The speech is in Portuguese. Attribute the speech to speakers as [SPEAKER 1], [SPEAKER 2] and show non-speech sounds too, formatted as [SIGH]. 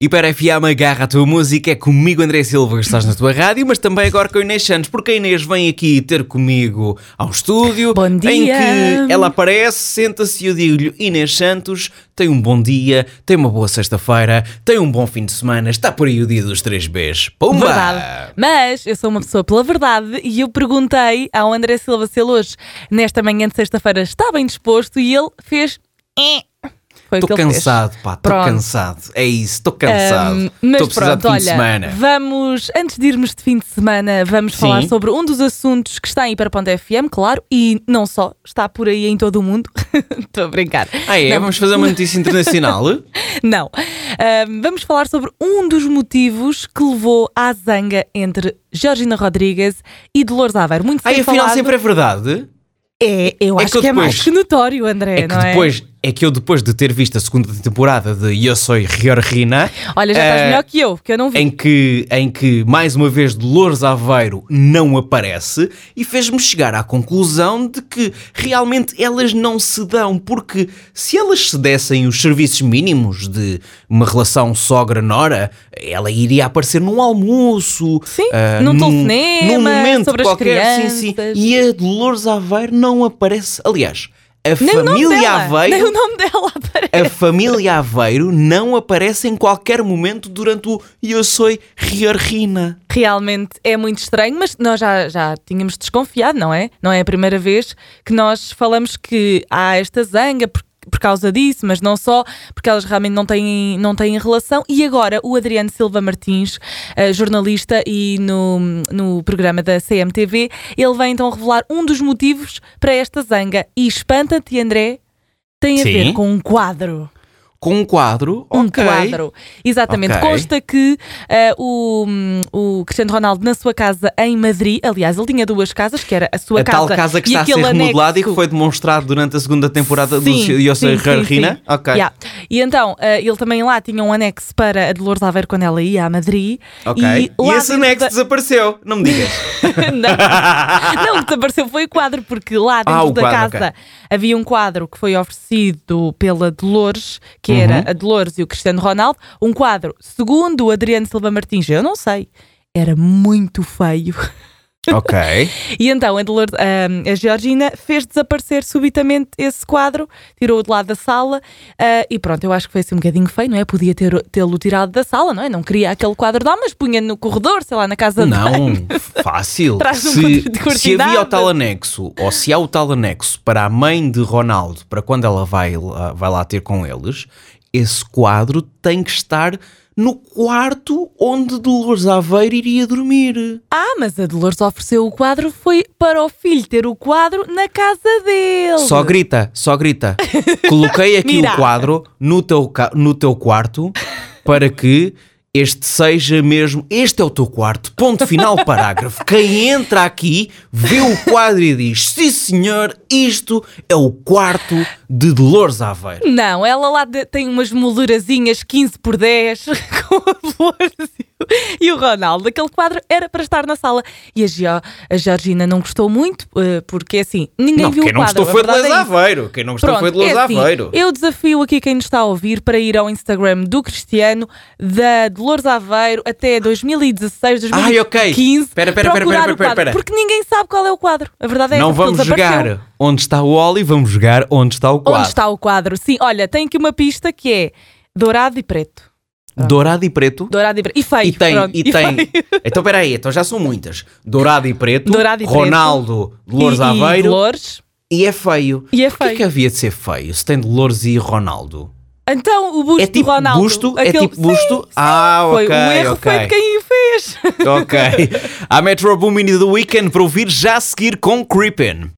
[SPEAKER 1] Hiper FM agarra a tua música, é comigo André Silva que estás na tua rádio, mas também agora com a Inês Santos, porque a Inês vem aqui ter comigo ao estúdio,
[SPEAKER 2] Bom
[SPEAKER 1] em
[SPEAKER 2] dia.
[SPEAKER 1] que ela aparece, senta-se e eu digo-lhe, Inês Santos, tem um bom dia, tem uma boa sexta-feira, tem um bom fim de semana, está por aí o dia dos 3Bs. Pumba!
[SPEAKER 2] Verdade. Mas eu sou uma pessoa pela verdade e eu perguntei ao André Silva se ele hoje, nesta manhã de sexta-feira, está bem disposto e ele fez. "Eh". Foi o que
[SPEAKER 1] Estou
[SPEAKER 2] ele fez.
[SPEAKER 1] cansado, pá, estou
[SPEAKER 2] Pronto.
[SPEAKER 1] cansado, é isso, estou
[SPEAKER 2] Ahm,
[SPEAKER 1] cansado,
[SPEAKER 2] mas
[SPEAKER 1] estou a precisar
[SPEAKER 2] pronto,
[SPEAKER 1] de fim de
[SPEAKER 2] olha,
[SPEAKER 1] semana.
[SPEAKER 2] vamos, antes de irmos de fim de semana, vamos falar sobre um dos assuntos que está em hiper.fm, claro, e não só, está por aí em todo o mundo. [LAUGHS] Estou a brincar.
[SPEAKER 1] Ah é,
[SPEAKER 2] Não,
[SPEAKER 1] vamos fazer uma notícia
[SPEAKER 2] [LAUGHS]
[SPEAKER 1] internacional?
[SPEAKER 2] Não. Ahm, vamos falar sobre um dos motivos que levou à zanga entre Georgina Rodrigues e Dolores Aveiro. Muito
[SPEAKER 1] Ai,
[SPEAKER 2] sem
[SPEAKER 1] afinal
[SPEAKER 2] falar-
[SPEAKER 1] sempre é verdade?
[SPEAKER 2] É, eu
[SPEAKER 1] É
[SPEAKER 2] acho
[SPEAKER 1] que eu
[SPEAKER 2] que, é mais
[SPEAKER 1] depois-
[SPEAKER 2] que [LAUGHS] notório, André,
[SPEAKER 1] É que
[SPEAKER 2] não é?
[SPEAKER 1] depois, é que eu depois de ter visto a segunda temporada de Eu Soy Riorrina,
[SPEAKER 2] Olha, já estás
[SPEAKER 1] eh,
[SPEAKER 2] melhor que eu, porque eu não vi.
[SPEAKER 1] em que, em que mais uma vez Dolores Aveiro não aparece e fez-me chegar à conclusão de que realmente elas não se dão, porque se elas se dessem os serviços mínimos de uma relação sogra-nora, ela iria aparecer num almoço,
[SPEAKER 2] Sim,
[SPEAKER 1] ah,
[SPEAKER 2] num telefonema,
[SPEAKER 1] num momento
[SPEAKER 2] sobre as
[SPEAKER 1] qualquer, sim, sim.
[SPEAKER 2] crianças.
[SPEAKER 1] E a Dolores Aveiro não aparece. Aliás, a
[SPEAKER 2] Nem o nome
[SPEAKER 1] família
[SPEAKER 2] dela,
[SPEAKER 1] Aveiro
[SPEAKER 2] Nem o nome dela [LAUGHS] aparece.
[SPEAKER 1] a família Aveiro não aparece em qualquer momento durante o Eu Sou Riorrina.
[SPEAKER 2] Realmente é muito estranho, mas nós já, já tínhamos desconfiado, não é? Não é a primeira vez que nós falamos que há esta zanga por, por causa disso, mas não só, porque elas realmente não têm, não têm relação. E agora o Adriano Silva Martins, eh, jornalista e no, no programa da CMTV, ele vai então revelar um dos motivos para esta zanga. E espanta-te, André, tem a
[SPEAKER 1] Sim.
[SPEAKER 2] ver com um quadro
[SPEAKER 1] Com um quadro,
[SPEAKER 2] um
[SPEAKER 1] ok.
[SPEAKER 2] quadro. Exatamente.
[SPEAKER 1] Ok.
[SPEAKER 2] Consta que eh, o, hum, o Cristiano Ronaldo, na sua casa em Madrid, aliás, ele tinha duas casas, que era a sua
[SPEAKER 1] A
[SPEAKER 2] casa.
[SPEAKER 1] tal casa que
[SPEAKER 2] e
[SPEAKER 1] está a ser
[SPEAKER 2] aquele
[SPEAKER 1] remodelada e
[SPEAKER 2] anexo.
[SPEAKER 1] que foi demonstrado durante a segunda temporada
[SPEAKER 2] Sim,
[SPEAKER 1] do Eu Sou
[SPEAKER 2] sim, sim,
[SPEAKER 1] Riorrina.
[SPEAKER 2] sim.
[SPEAKER 1] Ok.
[SPEAKER 2] Yeah. E então, eh, ele também lá tinha um anexo para a Dolores Aveiro quando ela ia a Madrid.
[SPEAKER 1] Ok.
[SPEAKER 2] E,
[SPEAKER 1] E,
[SPEAKER 2] lá
[SPEAKER 1] esse
[SPEAKER 2] dentro
[SPEAKER 1] anexo
[SPEAKER 2] da-
[SPEAKER 1] desapareceu, não me
[SPEAKER 2] [LAUGHS]
[SPEAKER 1] digas.
[SPEAKER 2] não, não, o que desapareceu foi o quadro, porque lá dentro
[SPEAKER 1] Ah, o
[SPEAKER 2] da
[SPEAKER 1] quadro,
[SPEAKER 2] casa havia um quadro que foi oferecido pela Dolores, que
[SPEAKER 1] Uhum.
[SPEAKER 2] era a Dolores e o Cristiano Ronaldo. Um quadro, segundo o Adriano Silva Martins, eu não sei, era muito feio. [LAUGHS]
[SPEAKER 1] ok.
[SPEAKER 2] E então a, Dolores, ah, a Georgina fez desaparecer subitamente esse quadro, tirou-o de lado da sala ah, e pronto, eu acho que foi assim um bocadinho feio, não é? Podia ter- tê-lo tirado da sala, não é? Não queria aquele quadro lá, mas punha no corredor, sei lá, na casa de
[SPEAKER 1] Não, fácil.
[SPEAKER 2] [LAUGHS] Traz um
[SPEAKER 1] se,
[SPEAKER 2] conteúdo de
[SPEAKER 1] se havia o
[SPEAKER 2] quantidade.
[SPEAKER 1] tal anexo, ou se há o tal anexo para a mãe de Ronaldo, para quando ela vai, lá- vai lá ter com eles, esse quadro tem que estar no quarto onde Dolores Aveiro iria dormir.
[SPEAKER 2] Ah, mas a Dolores ofereceu o quadro foi para o filho ter o quadro na casa dele.
[SPEAKER 1] Só grita, só grita. Coloquei aqui
[SPEAKER 2] Uhum. Mira.
[SPEAKER 1] o quadro no teu, ca- no teu quarto para que este seja mesmo. Este é o teu quarto. Ponto final, [LAUGHS] parágrafo. Quem entra aqui vê o quadro e diz: Sim, senhor, isto é o quarto de Dolores Aveiro.
[SPEAKER 2] Não, ela lá de- tem umas moldurazinhas 15 por 10 [LAUGHS] com a Dolores e o- e o Ronaldo. Aquele quadro era para estar na sala. E a, Gio- a Georgina não gostou muito, eh, porque assim, ninguém
[SPEAKER 1] Não,
[SPEAKER 2] viu
[SPEAKER 1] quem
[SPEAKER 2] o
[SPEAKER 1] não
[SPEAKER 2] quadro.
[SPEAKER 1] gostou foi
[SPEAKER 2] a verdade
[SPEAKER 1] Dolores
[SPEAKER 2] é isso.
[SPEAKER 1] Aveiro. Quem não gostou
[SPEAKER 2] Pronto,
[SPEAKER 1] foi Dolores
[SPEAKER 2] é assim,
[SPEAKER 1] Aveiro.
[SPEAKER 2] Eu desafio aqui quem nos está a ouvir para ir ao Instagram do Cristiano, da Dolores Aveiro, até 2016, 2015.
[SPEAKER 1] Ai, ok. Pera, pera, pera,
[SPEAKER 2] procurar
[SPEAKER 1] pera, pera,
[SPEAKER 2] o quadro,
[SPEAKER 1] pera.
[SPEAKER 2] Porque ninguém sabe qual é o quadro. A verdade é
[SPEAKER 1] Não
[SPEAKER 2] essa, porque
[SPEAKER 1] vamos
[SPEAKER 2] ele desapareceu.
[SPEAKER 1] jogar onde está o Oli, vamos jogar onde está o
[SPEAKER 2] Onde
[SPEAKER 1] quadro.
[SPEAKER 2] está o quadro? Sim, olha, tem aqui uma pista que é dourado e preto.
[SPEAKER 1] Dourado e preto.
[SPEAKER 2] Dourado e preto. E feio.
[SPEAKER 1] E tem,
[SPEAKER 2] pronto,
[SPEAKER 1] e tem.
[SPEAKER 2] [LAUGHS]
[SPEAKER 1] Então peraí, então já são muitas. Dourado e preto,
[SPEAKER 2] Dourado e preto.
[SPEAKER 1] Ronaldo, Dolores
[SPEAKER 2] e, E
[SPEAKER 1] Aveiro
[SPEAKER 2] Dolores.
[SPEAKER 1] e, é feio.
[SPEAKER 2] E é
[SPEAKER 1] Porquê
[SPEAKER 2] feio.
[SPEAKER 1] que havia de ser feio se tem Dolores e Ronaldo?
[SPEAKER 2] Então o busto
[SPEAKER 1] É tipo
[SPEAKER 2] do Ronaldo.
[SPEAKER 1] busto, é
[SPEAKER 2] aquele-
[SPEAKER 1] tipo busto. ah,
[SPEAKER 2] Foi
[SPEAKER 1] ok,
[SPEAKER 2] um erro
[SPEAKER 1] ok.
[SPEAKER 2] foi de quem o fez. [LAUGHS]
[SPEAKER 1] Ok. A Metro Booming do Weekend para ouvir já a seguir com Creepin'.